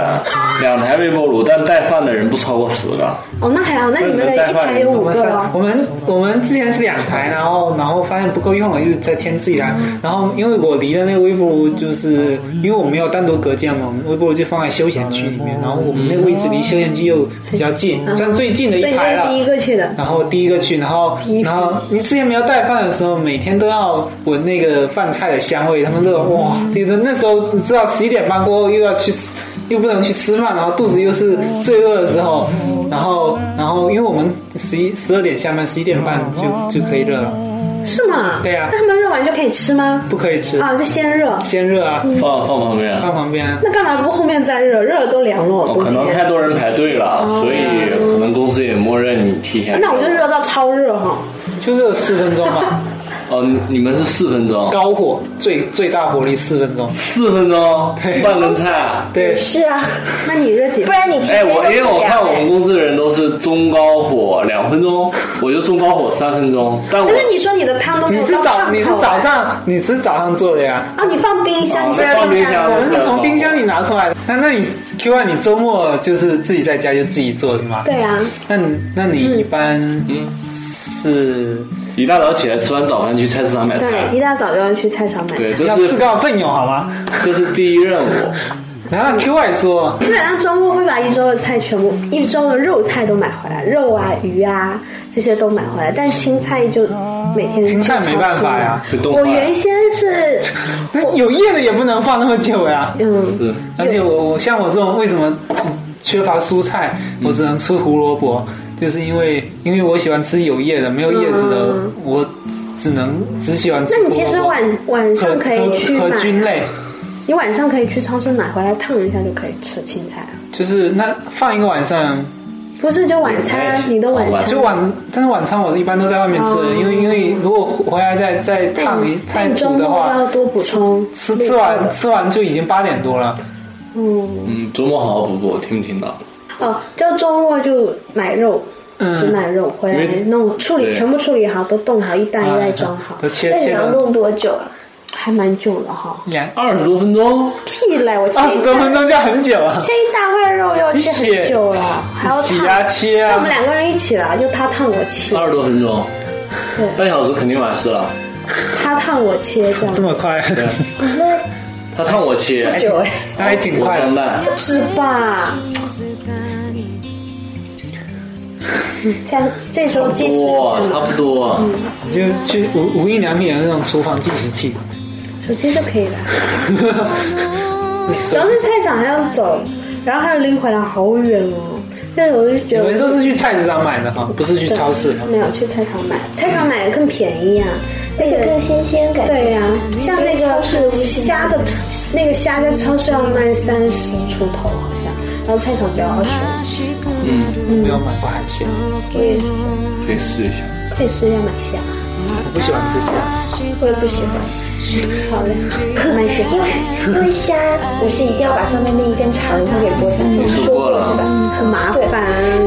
S3: 两台微波炉，但带饭的人不超过十 个。
S2: 哦，那还好，那你们的一台有
S6: 我
S2: 五
S6: 们
S2: 个
S6: 三
S2: 哦，
S6: 我们我们之前是两台，然后然后发现不够用了，又再添自己台。
S2: 嗯
S6: 然后因为我离的那个微波炉，就是因为我们有单独隔间嘛，我们微波炉就放在休闲区里面，然后我们那个位置离休闲区又比较近，
S2: 嗯
S6: 算最近的
S2: 所以
S6: 一
S2: 你
S6: 啊排
S2: 是
S6: 了。
S2: 第一个去的。
S6: 然后第一个去，然后
S2: 第一批
S6: 然后你之前没有带饭的时候，每天都要闻那个饭菜的香味，他们都哇，
S2: 嗯
S6: 觉得那时候你知道十一点半过后又要去吃，又不能去吃饭，然后肚子又是
S2: 嗯
S6: 最饿的时候，然后然后因为我们十一十二点下班，十一点半
S2: 嗯
S6: 就就可以热了，
S2: 是吗？
S6: 对啊
S2: 那他们热完就可以吃吗？
S6: 不可以吃，
S2: 啊，就先热。
S6: 先热啊，
S2: 嗯
S3: 放放旁边，
S6: 放旁边啊。
S2: 那干嘛不后面再热？热了都凉了，
S3: 哦
S2: 冬
S3: 可能
S2: 天
S3: 太多人排队了，所以可能公司也默认你提前。
S2: 哦那我就热到超热哈。
S6: 就热四分钟嘛，
S3: 哦，你你们是四分钟，
S6: 高火最最大火力四分钟，
S3: 四分钟饭跟菜。
S6: 对，
S4: 是啊，
S2: 那你热几
S4: 不
S2: 分？
S4: 然你提前
S3: 哎，我因为我看
S4: 都
S3: 我们
S4: 不了
S3: 公司的人都是中高火两分钟，我就中高火三分钟，但我
S2: 但是你说你的汤都没
S6: 啊你
S2: 有
S6: 是
S2: 到
S6: 早
S2: 烫
S6: 你是
S2: 口啊
S6: 早上你是早上做的呀，
S2: 啊？你放冰箱，
S3: 哦
S2: 你
S3: 那放冰箱
S6: 我
S2: 了
S6: 们是从冰箱里拿出来的。那那你 Q 二，你周末就是自己在家就自己做是吗？。
S2: 对嗯啊，
S6: 那你那你一般是
S3: 一大早起来吃完早饭去菜市场买菜。
S6: 嗯
S2: 对，一大早就要去菜场买。
S3: 对，这
S6: 要自
S3: 是
S6: 告奋勇好吗？
S3: 这是第一任务。
S6: 然后 Q 二说，
S2: 基本上周末会把一周的菜全部，一周的肉菜都买回来，肉啊、鱼啊这些都买回来，但青菜就每天
S6: 青菜没办法呀
S3: 会冻坏
S2: 我原先是，
S6: 那有叶的也不能放那么久呀。
S2: 嗯，
S3: 是
S6: 而且我我像我这种为什么缺乏蔬菜，我只能吃胡萝卜，就是因为因为我喜欢吃有叶的，没有叶子的
S2: 嗯
S6: 我只能只喜欢吃
S2: 那你
S6: 胡萝卜。
S2: 其实晚晚上可以去
S6: 和
S2: 买啊
S6: 和和菌类。
S2: 你晚上可以去超市买回来烫一下就可以吃青菜啊，
S6: 就是那放一个晚上，
S2: 不是就晚餐啊，你的晚餐
S6: 就晚，但是晚餐我一般都在外面吃，
S2: 哦
S6: 因为因为如果回来再再烫一再
S2: 但你周
S6: 煮
S2: 末
S6: 的话
S2: 要，多补充
S6: 吃吃完吃完就已经八点多了。
S2: 嗯
S3: 嗯，周末好好补补，听不听到？
S2: 哦，就周末就买肉，
S6: 嗯
S2: 只买肉回来
S3: 因为
S2: 弄处理，
S3: 对
S2: 全部处理好，都冻好，一袋一袋哎装好，
S6: 啊都切
S4: 哎那你
S6: 切
S4: 要
S6: 了
S4: 弄多久啊？
S2: 还蛮久了哈。
S6: 两
S3: 二十多分钟，
S2: 屁嘞！我切
S6: 二十
S2: 一
S6: 多分
S2: 大
S6: 钟就很久了，
S2: 切一大块肉要切很久了，还要
S6: 洗
S2: 烫。
S6: 啊切
S2: 那我
S6: 啊
S2: 们，两个人一起了，就他烫我切，
S3: 二十多分钟
S2: 对，
S3: 半小时肯定完事了。
S2: 他烫我切这样，
S6: 这么快，
S3: 对，
S4: 那
S3: 他烫我切，
S4: 久哎，
S6: 那还挺
S3: 我
S6: 快
S3: 当
S6: 的。
S3: 蛋。
S2: 不是吧？下这时候
S3: 差
S2: 接
S3: 不
S2: 实
S3: 多，
S2: 际
S3: 差
S2: 嘛，
S3: 不多。啊
S6: 就去无无印良品有那种厨房计时器，
S2: 手机就可以了。
S6: 你
S2: 主
S6: 手
S2: 要是菜场还要走，然后还要拎回来，好远哦。但我就觉
S6: 你
S2: 得
S6: 们都是去菜市场买的哈，不是去超市的。
S2: 没有去菜场买，菜场买更便宜啊，
S4: 而且
S2: 那个
S4: 更新鲜感。
S2: 对呀、像那
S4: 超市
S2: 个
S4: 的不行
S2: 虾的，那个虾在超市要卖三十出头好像，然后菜场只要二十，
S6: 没有买过海鲜，
S4: 我也
S3: 可以试一下。
S2: 可以试一下买虾。
S6: 我不喜欢吃虾，
S4: 我也不喜欢。
S2: 好嘞，买虾。
S4: 因为因为虾，我是一定要把上面那一根肠子给剥掉。你
S3: 说过了
S4: 是吧？
S6: 嗯
S2: 很麻烦，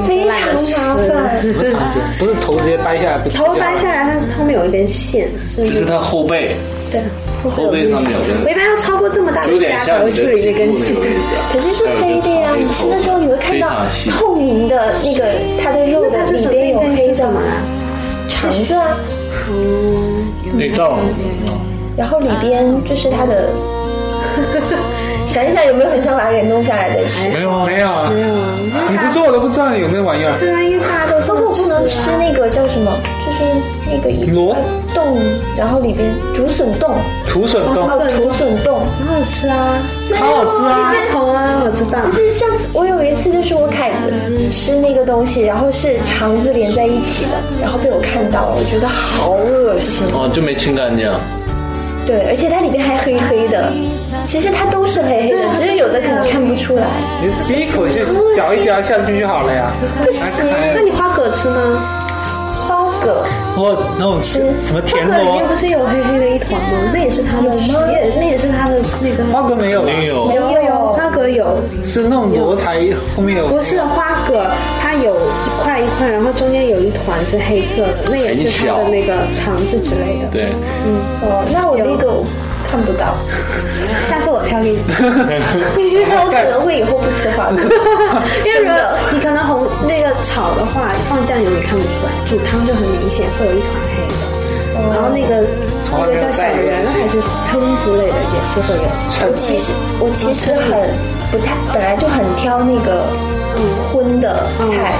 S4: 非常麻烦。
S6: 不常见，不是头直接掰下来不吃。
S2: 头掰下来，它后面有一根线，就
S3: 只
S2: 是
S3: 是它后背，
S2: 对，
S3: 后背上面有
S2: 我一
S3: 根，
S2: 般要超过这么大
S3: 就
S2: 的
S3: 有点
S2: 虾才
S3: 像
S2: 会
S3: 你
S2: 处
S3: 的
S2: 理那
S3: 脊柱那
S2: 根
S3: 个
S2: 线。
S3: 位置啊。
S4: 可是是黑的呀，你吃的时候你会看到
S3: 非常细
S4: 透明的那个它的肉
S2: 它
S4: 的
S2: 是
S4: 里
S2: 什么
S4: 边有
S2: 那根
S4: 黑
S2: 是什
S4: 的
S2: 么啊？
S4: 肠子啊，
S3: 内脏。
S4: 然后里边就是它的。 想一想有没有很想把它给弄下来再吃？
S6: 没有没有啊，你不做我都不知道有那玩意儿。
S2: 对啊，因为大家都
S4: 包括我不能吃那个叫什么，就是就是那个一
S6: 螺
S4: 个冻，然后里边竹笋冻，
S6: 土笋冻，
S4: 哦，
S2: 笋冻
S4: 土笋冻。
S2: 很好吃啊，
S6: 超好吃啊！
S2: 太丑啊，我知道
S4: 但。是上次我有一次就是我凯子吃那个东西，然后是肠子连在一起的，然后被我看到了，我觉得好恶心。
S3: 哦，就没清干净。
S4: 对，而且它里边还黑黑的，其实它都是黑黑的，只是有的可能看不出来。
S6: 你吃一口就嚼一嚼下去就好了呀。
S4: 不行，
S2: 那你花蛤吃吗？
S4: 包葛
S6: 哦，那种吃什么
S2: 花
S6: 田
S2: 蛤里面不
S6: 螺，
S2: 是有黑黑的一团吗？那也是它的实验，那也是它的那个。
S6: 花蛤没有吧？
S3: 没有，
S4: 没有
S2: 花蛤有，
S6: 是那种螺才后面有
S2: 不是花蛤，它有一块一块，然后中间有一团是黑色的，那也是它的那个肠子之类的。
S3: 对，
S4: 哦，那我那个我看不到，
S2: 下次我挑给你。
S4: 那我可能会以后不吃花蛤。
S2: 因为如果你可能红那个炒的话，放酱油你看不出来，煮汤就很明显会有一团黑的。然后那个
S6: 从
S2: 那
S6: 来
S2: 个
S6: 没有
S2: 叫小
S6: 带过
S2: 圆
S6: 这些
S2: 还是汤之类的也是会有。
S4: 我其实我其实很不太，本来就很挑那个嗯荤的菜，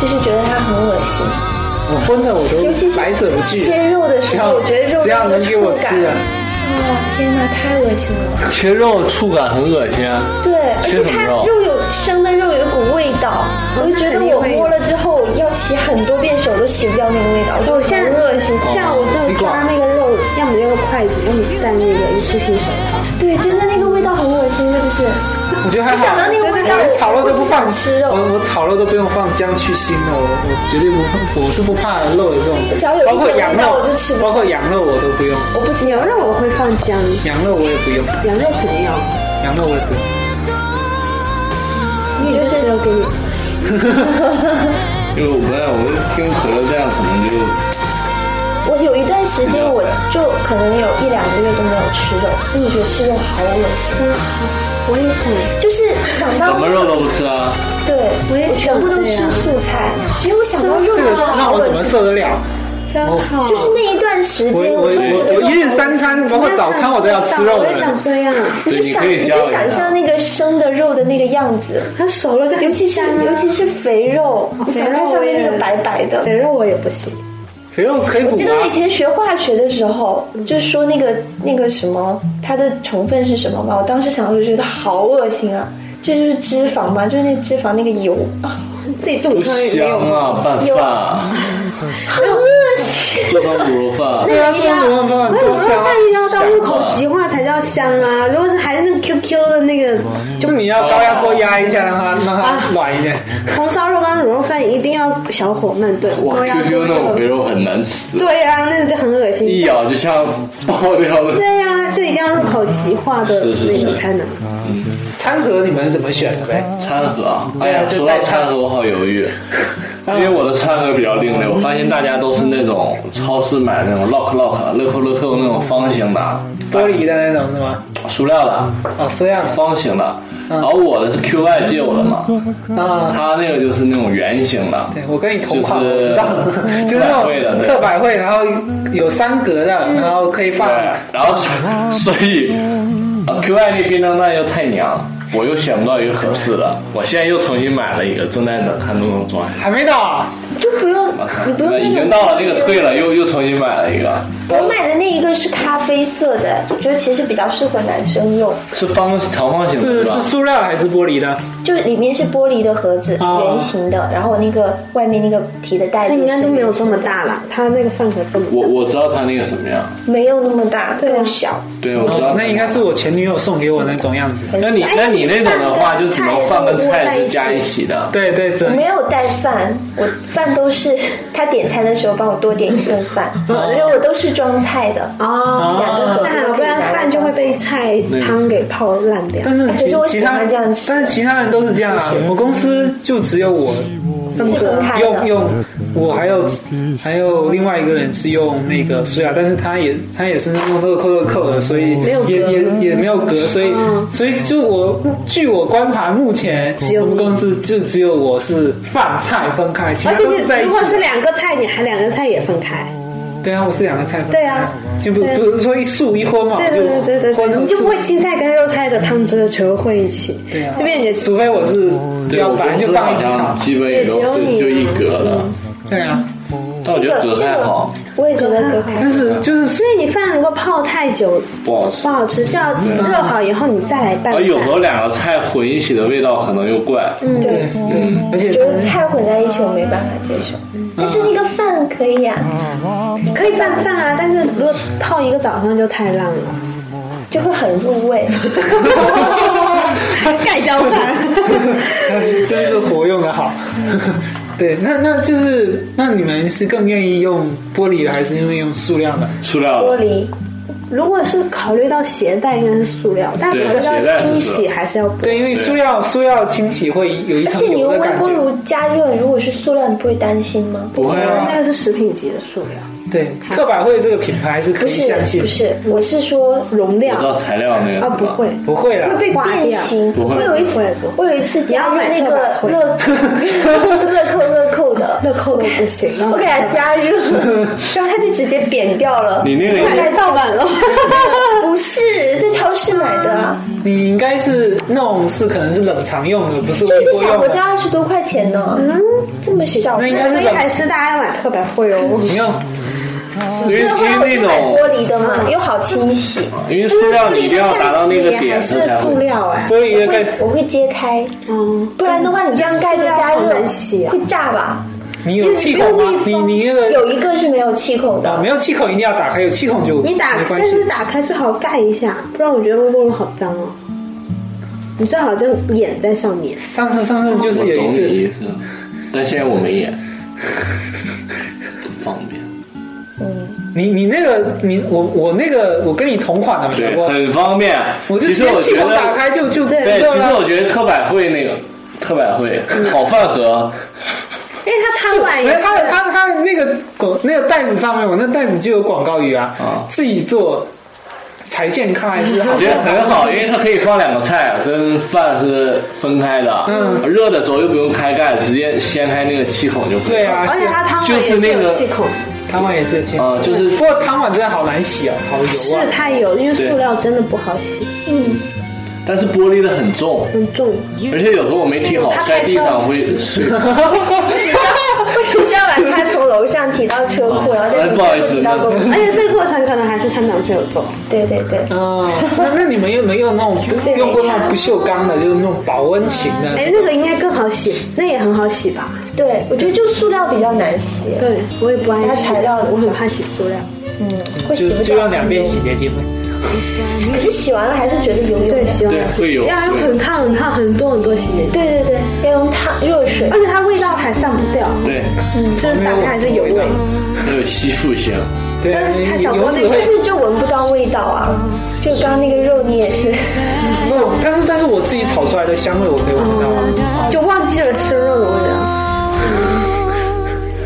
S4: 就是觉得它很恶心，
S6: 我荤的我
S4: 尤其
S6: 都
S4: 是
S6: 百者不惧。
S4: 切肉的
S6: 只
S4: 时
S6: 要
S4: 候，我觉得肉
S6: 只要
S4: 那
S6: 能
S4: 个
S6: 给
S4: 触
S6: 我
S4: 感
S6: 吃，的，啊
S4: 哦天哪，太恶心了。
S3: 切肉触感很恶心。啊
S4: 对，而且
S3: 切什么
S4: 它
S3: 肉
S4: 肉有生的肉有一股味道，我就觉得我摸了之后要洗很多遍手都洗不掉那个味道，我
S2: 我
S4: 就
S2: 现
S4: 很
S2: 在
S4: 恶心。
S2: 像我这种抓那个肉，要么用筷子，要么戴那个一次性手套。
S4: 对，真的那个味道很恶心，是不是？
S6: 我觉得还好。
S4: 我想到那个味道
S6: 我炒肉都不
S4: 我
S6: 放
S4: 不想吃肉
S6: 我我炒肉都不用放姜去腥的，我我绝对不，我是不怕肉的这种
S4: 只要有一，
S6: 包括
S4: 点
S6: 羊
S4: 味道
S6: 肉
S4: 我就吃不，
S6: 包括羊肉我都不用，
S4: 我不吃
S2: 牛
S4: 牛
S2: 肉我会放姜，
S6: 羊肉我也不用，
S2: 羊肉肯定要。
S6: 羊肉我也不用。
S4: 你就是
S2: 要给你
S3: 因为我不太，我听可乐这样可能就
S4: 我有一段时间，我就可能有一两个月都没有吃肉，因为我觉得吃肉好恶心，
S2: 我也想，
S4: 就是想到
S3: 什么肉都不吃啊。
S4: 对，
S2: 我也
S4: 我全部都
S2: 想这
S4: 吃
S2: 样
S4: 素菜，因为我想到肉
S6: 这
S4: 真
S6: 个
S4: 的
S6: 让
S4: 好
S6: 我
S4: 恶
S6: 怎么
S4: 心，
S6: 受得了？
S2: 真好。
S4: 就是那一段时
S6: 我
S4: 间，
S6: 我
S4: 我就
S6: 我我一日三餐，包括早餐我都要吃肉
S2: 我
S6: 的
S2: 也想
S6: 人。
S2: 这样，
S4: 你就
S3: 对你
S4: 想
S3: 可以
S4: 你
S3: 加
S4: 就
S3: 我一
S4: 想
S3: 下
S4: 象那个生的肉的那个样子，
S2: 它熟了就很
S4: 尤其是
S2: 香啊
S4: 尤其是肥肉，你想它上面那个白白的
S2: 肥。肉我也不行。
S6: 肥肉可以补
S4: 我记得
S6: 吗
S4: 我以？前学化学的时候，就是说那个那个什么，它的成分是什么嘛？我当时想到就觉得好恶心啊！这就是脂肪嘛，就是那脂肪那个油 啊，
S2: 自己炖
S3: 不
S2: 午餐也没有
S3: 香
S2: 吗？
S3: 啊，拌饭，
S4: 很恶心。
S3: 做成卤肉饭，
S6: 对啊，中国饭
S2: 那卤
S6: 多
S2: 肉
S6: 香啊
S2: 饭！要到入口即化才叫香啊！如果是还是那个 QQ 的那个，就
S6: 就你要高压锅压一下，让它让它
S3: 啊
S6: 软一点。
S2: 红烧肉跟卤肉饭一定要小火慢炖，
S3: 哇
S2: 高压
S3: ，QQ
S2: 锅
S3: 那种肥
S2: 就。
S3: 肉很难吃，
S2: 对啊，那个就很恶
S3: 一
S2: 心。
S3: 咬就像爆掉了。
S2: 对呀，就一定要入口即化的
S3: 是是
S2: 那
S3: 是
S2: 个才能。
S6: 餐盒你们怎么选的呗？
S3: 餐盒啊，哎
S6: 对
S3: 呀
S6: 啊，就
S3: 说到
S6: 带餐
S3: 餐盒我好犹豫，因为我的餐盒比较另类，我发现大家都是那种超市买那种 lock lock 乐扣乐扣那种方形的，
S6: 玻璃的那种是吗？
S3: 塑料的，
S6: 哦，塑料的。
S3: 方形的，然后我的是 QY 借我的嘛，
S6: 啊，
S3: 他那个就是那种圆形的，
S6: 对，我跟你同款，
S3: 就是
S6: 我知道， 就是那种特百惠，然后有三格的，然后可以放
S3: 对，然后所以啊 QY 那便当袋又太娘，我又选不到一个合适的，我现在又重新买了一个，正在等它弄弄装。
S6: 还没到啊，
S4: 就不用，你不用那种
S3: 已经到了，那个退了，又又重新买了一个，
S4: 我买的那一个是咖啡色的，我觉得其实比较适合男生用，
S3: 是方长方形
S6: 是
S3: 的
S6: 是
S3: 吧？
S6: 塑料还是玻璃的？
S4: 就是里面是玻璃的盒子，
S6: 哦
S4: 圆形的，然后我那个外面那个提的袋
S2: 那
S4: 子
S2: 应该
S4: 是
S2: 都没有这么大了，它那个饭盒这么
S3: 我
S2: 大。
S3: 我知道它那个什么样，
S4: 没有那么大，
S2: 对啊
S4: 更小。
S3: 对我知道它。
S6: 那应该是我前女友送给我那种样子。
S3: 那你那你那种的话，就只能饭跟菜是加一起的。
S6: 对对，
S4: 我
S6: 真
S4: 没有带饭，我饭都是他点餐的时候帮我多点一份饭，
S6: 哦
S4: 所以我都是装菜的。
S2: 哦，
S4: 两个盒子
S2: 那不
S4: 都可以拿
S2: 然
S4: 来
S2: 饭就会被菜汤给泡烂掉。
S6: 但是
S4: 可啊是我喜欢这样吃
S6: 但是其他人都是这样啊。我公司就只有我
S4: 是分开的
S6: 用用，我还有还有另外一个人是用那个塑料，但是他也他也是用乐扣乐扣的，所以
S2: 有
S6: 也
S2: 隔
S6: 也也没有隔，所以
S2: 嗯
S6: 所以就我据我观察，目前
S2: 有
S6: 我们公司就只有我是饭菜分开，其他
S2: 而且
S6: 都是在
S2: 啊你
S6: 一
S2: 如
S6: 起
S2: 果是
S6: 的。
S2: 两个菜，你还两个菜也分开。
S6: 对啊，我是两个菜分开。
S2: 对啊，
S6: 就不
S2: 对啊
S6: 不是说一素一荤嘛，
S2: 对对对对
S6: 哦就荤
S2: 对，
S6: 和
S2: 你就
S6: 素
S2: 不。会青菜跟肉菜的汤汁全部混一起，
S6: 对啊
S2: 这边也是
S6: 除非我是
S3: 对，
S6: 要
S3: 我啊
S6: 反
S3: 公
S6: 正就
S3: 司
S6: 放一
S3: 好
S6: 起炒
S3: 像。基本也都是就一格了。
S6: 对啊，
S3: 但我觉
S4: 这
S3: 得
S4: 个
S3: 隔
S4: 这
S3: 太
S4: 个
S3: 好，
S4: 我也觉得隔开
S6: 但是就是
S2: 嗯所以你饭如果泡太久
S3: 不好吃
S2: 不。好吃，就要
S6: 嗯
S2: 热好以后你再来拌
S3: 而
S2: 饭。
S3: 啊有时候两个菜混一起的味道可能又怪，
S2: 嗯，
S4: 对，
S6: 对，而且嗯
S4: 觉得菜混在一起我没办法接受，但是那个饭可以啊呀、
S2: 可以拌饭啊，但是如果泡一个早上就太烂 了。
S4: 就会很入味。
S2: 盖浇 饭。
S6: 真是活用的好。 对，那那就是那你们是更愿意用玻璃的，还是因为用塑料的？
S3: 塑料
S4: 玻
S3: 的。
S4: 璃，
S2: 如果是考虑到携带，应该是塑料，但
S3: 对
S2: 考虑
S3: 携
S2: 到
S3: 带是
S2: 清
S3: 塑料
S2: 洗还是要玻璃
S6: 对，因为塑料塑料清洗会有一
S4: 而
S6: 层
S4: 且你
S6: 油
S4: 用
S6: 的
S4: 微
S6: 感
S4: 波
S6: 觉。
S4: 炉加热，如果是塑料，你不会担心吗？
S3: 不会啊
S2: 那，个是食品级的塑料，
S6: 对，特百惠这个品牌是可
S4: 不
S6: 以
S4: 是
S6: 相信，
S4: 不是，我是说
S2: 容
S3: 我
S2: 量
S3: 知道材料那
S2: 啊
S3: 个是吧
S2: 不会，
S6: 不会啦
S4: 会。被变形。
S3: 不会
S4: 我有一次
S2: 不会，
S4: 我有一次加入那
S2: 你要买
S4: 个
S2: 会
S4: 乐乐扣乐扣的
S2: 乐扣都不行啊
S4: 我给它加热，然后它就直接扁掉了。
S3: 你那个
S4: 我
S2: 太
S4: 还
S2: 盗版了。
S4: 不是在超市买的，
S6: 你应该是那种是可能是冷藏用的，不是
S4: 就
S6: 微
S4: 一个
S6: 波
S4: 小
S6: 用
S4: 国家
S6: 的。
S4: 二十多块钱呢，
S2: 嗯，
S4: 这么小。
S6: 那应该
S2: 所
S6: 是
S2: 以还
S6: 冷，
S2: 是大家要买特百惠
S6: 你
S2: 哦。
S6: 用
S3: 因为
S4: 是后来
S3: 因
S4: 我
S3: 为那
S4: 就买
S3: 种
S4: 玻璃的嘛，又好清洗，
S3: 因为塑料你一定要达到那个
S2: 还
S3: 点，它
S2: 是
S3: 才
S2: 塑
S3: 会。
S2: 料哎，
S6: 玻璃
S4: 我
S6: 的盖
S4: 会，我会揭开，
S2: 嗯，
S4: 不然的话你这样盖着加
S2: 塑料
S4: 热
S2: 好难洗啊
S4: 会炸吧？
S6: 你有气孔吗？你你那个
S4: 有一个是没有气孔
S6: 啊，
S4: 的
S6: 没，有气孔一定要打开，有气孔就
S2: 你打
S6: 没，关
S2: 但
S6: 系
S2: 是。打开最好盖一下，不然我觉得微波炉好脏哦。你最好这样眼在上面，
S6: 上次上次就是
S3: 我
S6: 有一
S3: 懂你
S6: 次，
S3: 意思，但现在我没 演，不方便。
S6: 你你那个你我我那个我跟你同款的嘛，
S3: 对，
S6: 我
S3: 很方便。
S6: 我就
S3: 其
S6: 直
S3: 实我
S6: 接气
S3: 觉
S6: 孔打
S3: 得，
S6: 开就就
S2: 对
S6: 知
S3: 对，
S6: 道
S3: 其实
S6: 了
S3: 我。觉得特百惠那个特百惠
S2: 嗯
S3: 好饭
S2: 啊
S3: 盒，
S2: 因为它摊完
S6: 没
S2: 也
S6: 有
S2: 是
S6: 他哎的他的他的那个广那个袋子上面，我那袋子就有广告语啊，
S3: 啊
S6: 自己做才健康还是好
S3: 我觉得很好，因为它可以放两个菜跟饭是分开的。
S6: 嗯
S3: 热的时候又不用开盖，直接掀开那个气孔就可以。
S6: 对啊，
S2: 而且它汤碗也
S3: 就是是那
S2: 有
S3: 个
S2: 气孔，
S6: 汤碗也是清
S3: 啊就是
S6: 不过汤碗真的好难洗啊，好油啊
S2: 是。太油，因为
S3: 对
S2: 塑料真的不好洗，
S3: 但是玻璃的很重，
S2: 很重。
S3: 而且有时候我没提好
S2: 嗯它，
S3: 摔
S2: 太
S3: 地
S2: 重
S3: 上会碎。
S4: 我只是要我只是要把它从楼上提到车库，然后再
S3: 哎
S4: 从
S3: 不好意
S4: 车
S3: 思
S4: 库提到公司
S2: 而。且这个过程可能还是她男朋友做，
S4: 对对对，
S6: 哦，
S3: 嗯
S6: 那那你们有没有那种
S4: 对
S6: 用过那种不锈钢的，就是那种保温型的？
S2: 哎，那个应该更好洗，那也很好洗吧？
S4: 对我觉得就塑料比较难洗，
S2: 对，我也不爱洗
S4: 其他材料的
S2: 我很怕洗塑料。
S4: 嗯，会洗
S2: 哎
S6: 就
S4: 不
S6: 就
S4: 掉
S6: 用。两遍洗洁精。
S4: 可是洗完了还是觉得油油
S2: 对，
S4: 的。
S2: 洗完
S3: 对会有
S2: 要用很烫很烫很多很多洗洁精，
S4: 对对对，要用烫热水。
S2: 而且它味道还散不掉，
S3: 对，
S2: 就是嗯打开还是有味。嗯
S3: 还有吸 附性。
S6: 对
S2: 但是，太小
S6: 油
S2: 锅
S6: 脂
S2: 那
S6: 会
S4: 是不是就闻不到味道啊？就刚刚那个肉你也是，
S6: 不，但是但是我自己炒出来的香味我没有闻
S2: 嗯
S6: 到啊，
S2: 就忘记了吃肉的味道。嗯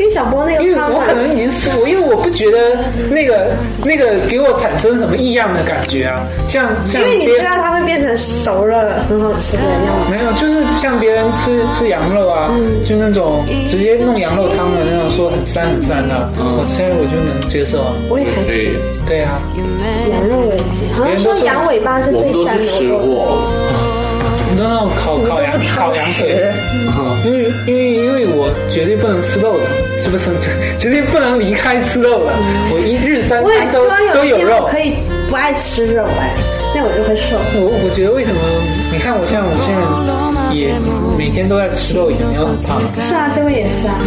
S2: 因为小波那
S6: 因
S2: 个
S6: 为
S2: 汤
S6: 我可能已
S2: 碗，
S6: 经是我，因为我不觉得那个那个给我产生什么异样的感觉啊，像像
S2: 因为你
S6: 别
S2: 知道它会变成熟了很好吃的样子。
S6: 没有，就是像别人吃吃羊肉啊，
S2: 嗯
S6: 就那种直接弄羊肉汤的那种，说很膻很膻的，我吃我就能接受啊。
S2: 我也很
S3: 对，
S6: 对啊，
S2: 羊肉也好像说羊尾巴是
S3: 我
S2: 最
S3: 们都
S2: 膻
S3: 是吃
S2: 的。
S3: 货。
S6: 你都那种烤烤羊烤羊腿，因为因为因为我绝对不能吃肉的，是不是？ 绝对不能离开吃肉的，我一日三
S2: 嗯我也
S6: 餐
S2: 希
S6: 都
S2: 望有
S6: 都
S2: 一
S6: 有
S2: 天我
S6: 肉。
S2: 可以不爱吃肉哎，那我就会瘦。
S6: 我我觉得为什么？你看我像我现在也每天都在吃肉，也没有很胖。
S2: 是啊，这个也是啊。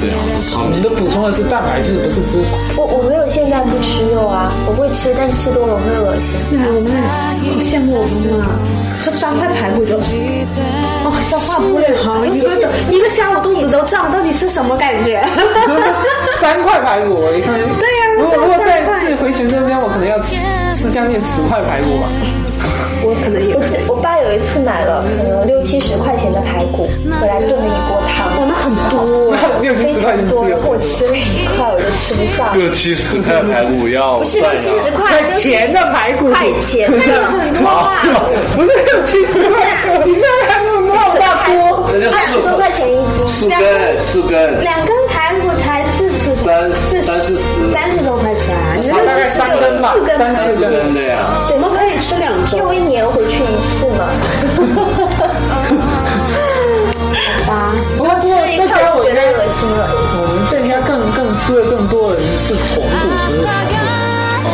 S3: 对啊，都胖
S6: 我们的补充的是蛋白质，不是脂肪。
S4: 我我没有现在不吃肉啊，我会吃，但吃多了我会恶心。
S2: 对啊，我们好羡慕我们啊，吃三块排骨就，哦，消化不良，一个一个下午肚子都胀，到底是什么感觉？
S6: 三块排骨，我一看就。
S2: 对呀
S6: 如果如果
S2: 三块
S6: 再自己回泉州家，我可能要吃吃将近十块排骨吧。
S2: 我可能也
S4: 我记我爸有一次买了可能六七十块钱的排骨，回来炖了一锅汤，
S2: 那很多哎
S6: 那六七
S4: 非
S6: 十块就
S4: 常
S6: 吃
S4: 多，
S6: 了
S4: 然后我吃了一块我就吃不下，
S3: 六七十块排骨要
S4: 不是六七十块，
S6: 那
S4: 六十
S6: 钱的排骨，
S4: 块钱，那有很多啊，
S6: 不是六七十块，你这还那么
S4: 那大锅
S3: 那就
S2: 哎
S4: 二
S3: 啊四
S4: 十多块钱一斤，
S3: 四根四根
S2: 两根排骨才四十
S3: 三三四十
S2: 三十多块钱啊，你
S6: 大概三根吧
S2: 四，根
S6: 三
S3: 三
S6: 四
S3: 四
S6: 根。
S3: 根这样，
S2: 我们可以吃两周
S4: 又一年回去一次嘛。
S2: 吧。
S6: 不过
S4: 吃
S6: 在
S4: 了一
S6: 家
S4: 块
S6: 我
S4: 我觉
S6: 觉得
S4: 得恶心了，
S6: 我们思维更多的人是同股不是盘股。
S2: 嗯，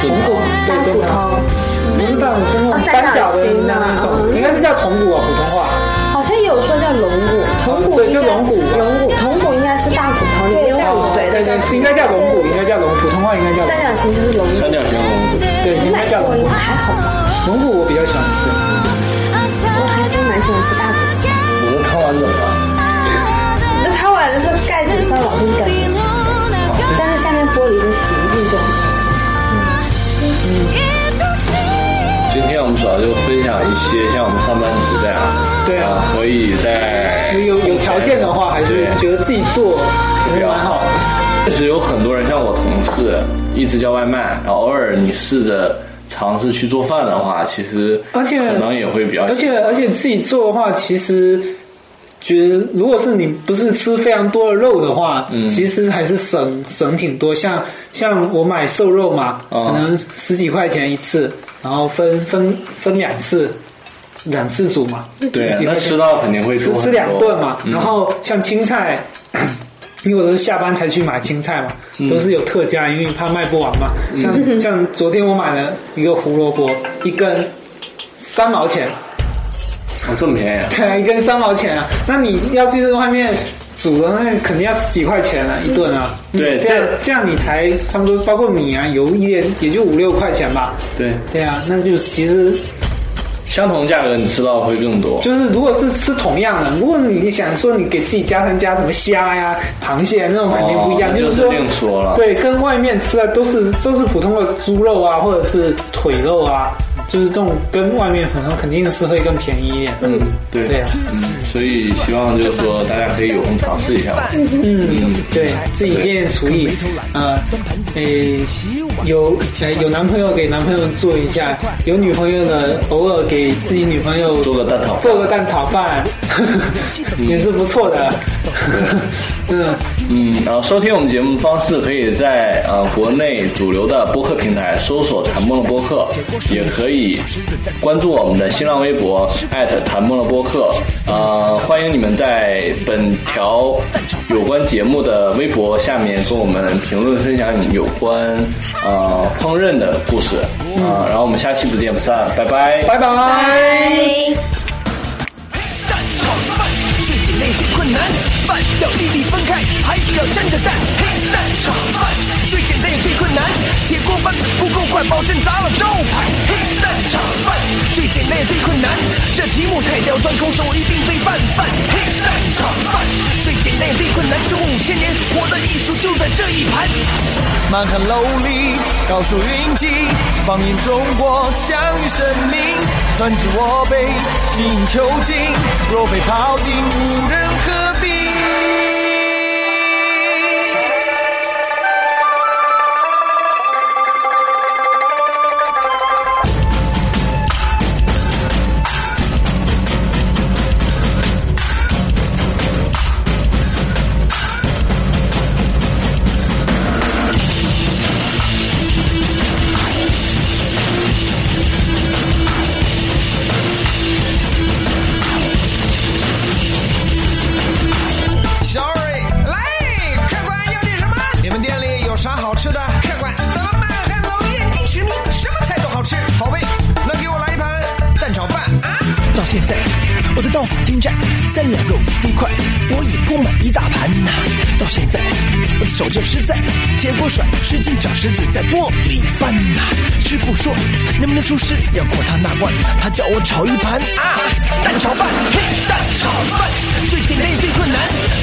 S6: 同股对
S2: 大
S6: 对
S2: 骨
S6: 盘
S2: 头
S6: 股，不是半股，是那种三角的那种，应该是叫同股啊，普通话。
S2: 好像有说叫龙骨，铜
S6: 哦
S2: 骨
S6: 对
S2: 应该
S6: 就龙骨
S2: 龙骨，铜骨应该是大骨头里面有骨
S6: 哦对
S2: 髓的，
S6: 对，是应该叫龙骨，应该叫龙，普通话应该叫
S2: 三角形就是龙骨
S3: 三。角形龙骨，
S6: 对，应该
S2: 奶
S6: 叫
S2: 我应
S6: 龙骨
S2: 该。还好吧，
S6: 龙骨我比较喜欢吃，
S2: 我还是蛮喜欢吃大骨头。
S3: 我们看完整了，
S2: 那它碗的时候盖子上老是感觉起来，但是下面玻璃的洗一定就很
S3: 今天我们主要就分享一些像我们上班族这样，
S6: 对啊
S3: 啊，可以在
S6: 有有有条件的话，还是觉得自己做还是蛮好的。
S3: 确实有很多人像我同事一直叫外卖，然后偶尔你试着尝试去做饭的话，其实
S6: 而且
S3: 可能也会比较
S6: 而且而且自己做的话，其实觉得如果是你不是吃非常多的肉的话，
S3: 嗯
S6: 其实还是省省挺多。像像我买瘦肉嘛，
S3: 哦
S6: 可能十几块钱一次，然后分分分两次，两次煮嘛，
S3: 对啊
S6: 十几，块
S3: 那
S6: 钱
S3: 吃到肯定会
S6: 吃
S3: 多
S6: 吃两顿嘛。
S3: 嗯
S6: 然后像青菜。因为我都是下班才去买青菜嘛，
S3: 嗯
S6: 都是有特价，因为怕卖不完嘛。 像像昨天我买了一个胡萝卜，一根三毛钱，
S3: 哦这么便宜啊，
S6: 可能一根三毛钱啊，那你要去外面煮的，那肯定要十几块钱啊，一顿啊。
S3: 嗯对
S6: 这样
S3: 这
S6: 这样你才差不多，包括米啊、油也也就五六块钱吧。
S3: 对，
S6: 对啊，那就其实
S3: 相同价格你吃到会更多，
S6: 就是，如果是吃同样的，如果你想说你给自己加上加什么虾呀、螃蟹那种，肯定不一样。
S3: 哦那
S6: 是
S3: 就是
S6: 说，
S3: 另说了
S6: 对，跟外面吃的都是都是普通的猪肉啊，或者是腿肉啊，就是这种跟外面可能肯定是会更便宜一点。
S3: 嗯，对，
S6: 对啊
S3: 嗯，所以希望就是说大家可以有空尝试一下，
S6: 嗯，对，自己练厨艺，啊，诶，有呃有男朋友给男朋友做一下，有女朋友的偶尔给自己女朋友
S3: 做个蛋挞，
S6: 做个蛋炒饭， 也是不错的。 嗯，
S3: 嗯，然后收听我们节目方式可以在呃国内主流的播客平台搜索“谭梦的播客”，也可以关注我们的新浪微博谭梦的播客。呃，欢迎你们在本条有关节目的微博下面跟我们评论分享你有关呃烹饪的故事啊、然后我们下期不见不散，拜拜。
S6: 拜拜。
S7: 蛋炒饭，对姐妹很困难，饭要粒粒分开，还要沾着蛋。嘿，蛋炒饭最简单也最困难，铁锅翻不够快，保证砸了招牌。嘿，蛋炒饭最简单也最困难，这题目太刁钻，空手一定被拌饭。嘿，蛋炒饭最简单也最困难，中五千年活的艺术就在这一盘。
S8: 满汉楼里，高手云集，放眼中国，强于生命。专注我辈，精益求精，若被庖丁，无人可比。
S7: 小蕊，来，客官要点什么？你们店里有啥好吃的？客官，咱们满汉楼宴尽驰名，什么菜都好吃。好呗，那给我来一盘蛋炒饭啊！到现在，我的刀法精湛，三两肉飞快，我也供满一大盘呐、到现在，我的手劲实在，铁锅甩，使劲小石子在锅里翻呐、师傅说，能不能出师要过他那关，他叫我炒一盘啊蛋炒饭，嘿，蛋炒饭最简单也最困难，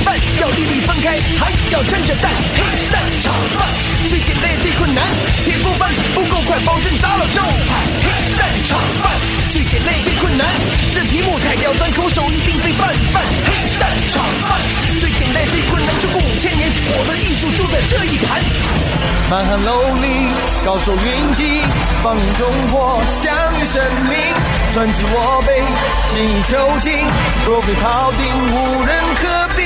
S7: 饭要粒粒分开，还要沾着蛋，嘿，蛋炒饭最简单也最困难，铁锅翻不够快，保证砸了招牌，嘿，蛋炒饭最简单也最困难，这题目太刁钻，空手一定被拌饭，嘿，蛋炒饭最简单也最困难，这过五千年，我的艺术就在这一盘。
S8: 满汉楼里，高手云集，放眼中国，享誉盛名。专注我辈，精益求精，若非庖丁，无人可比。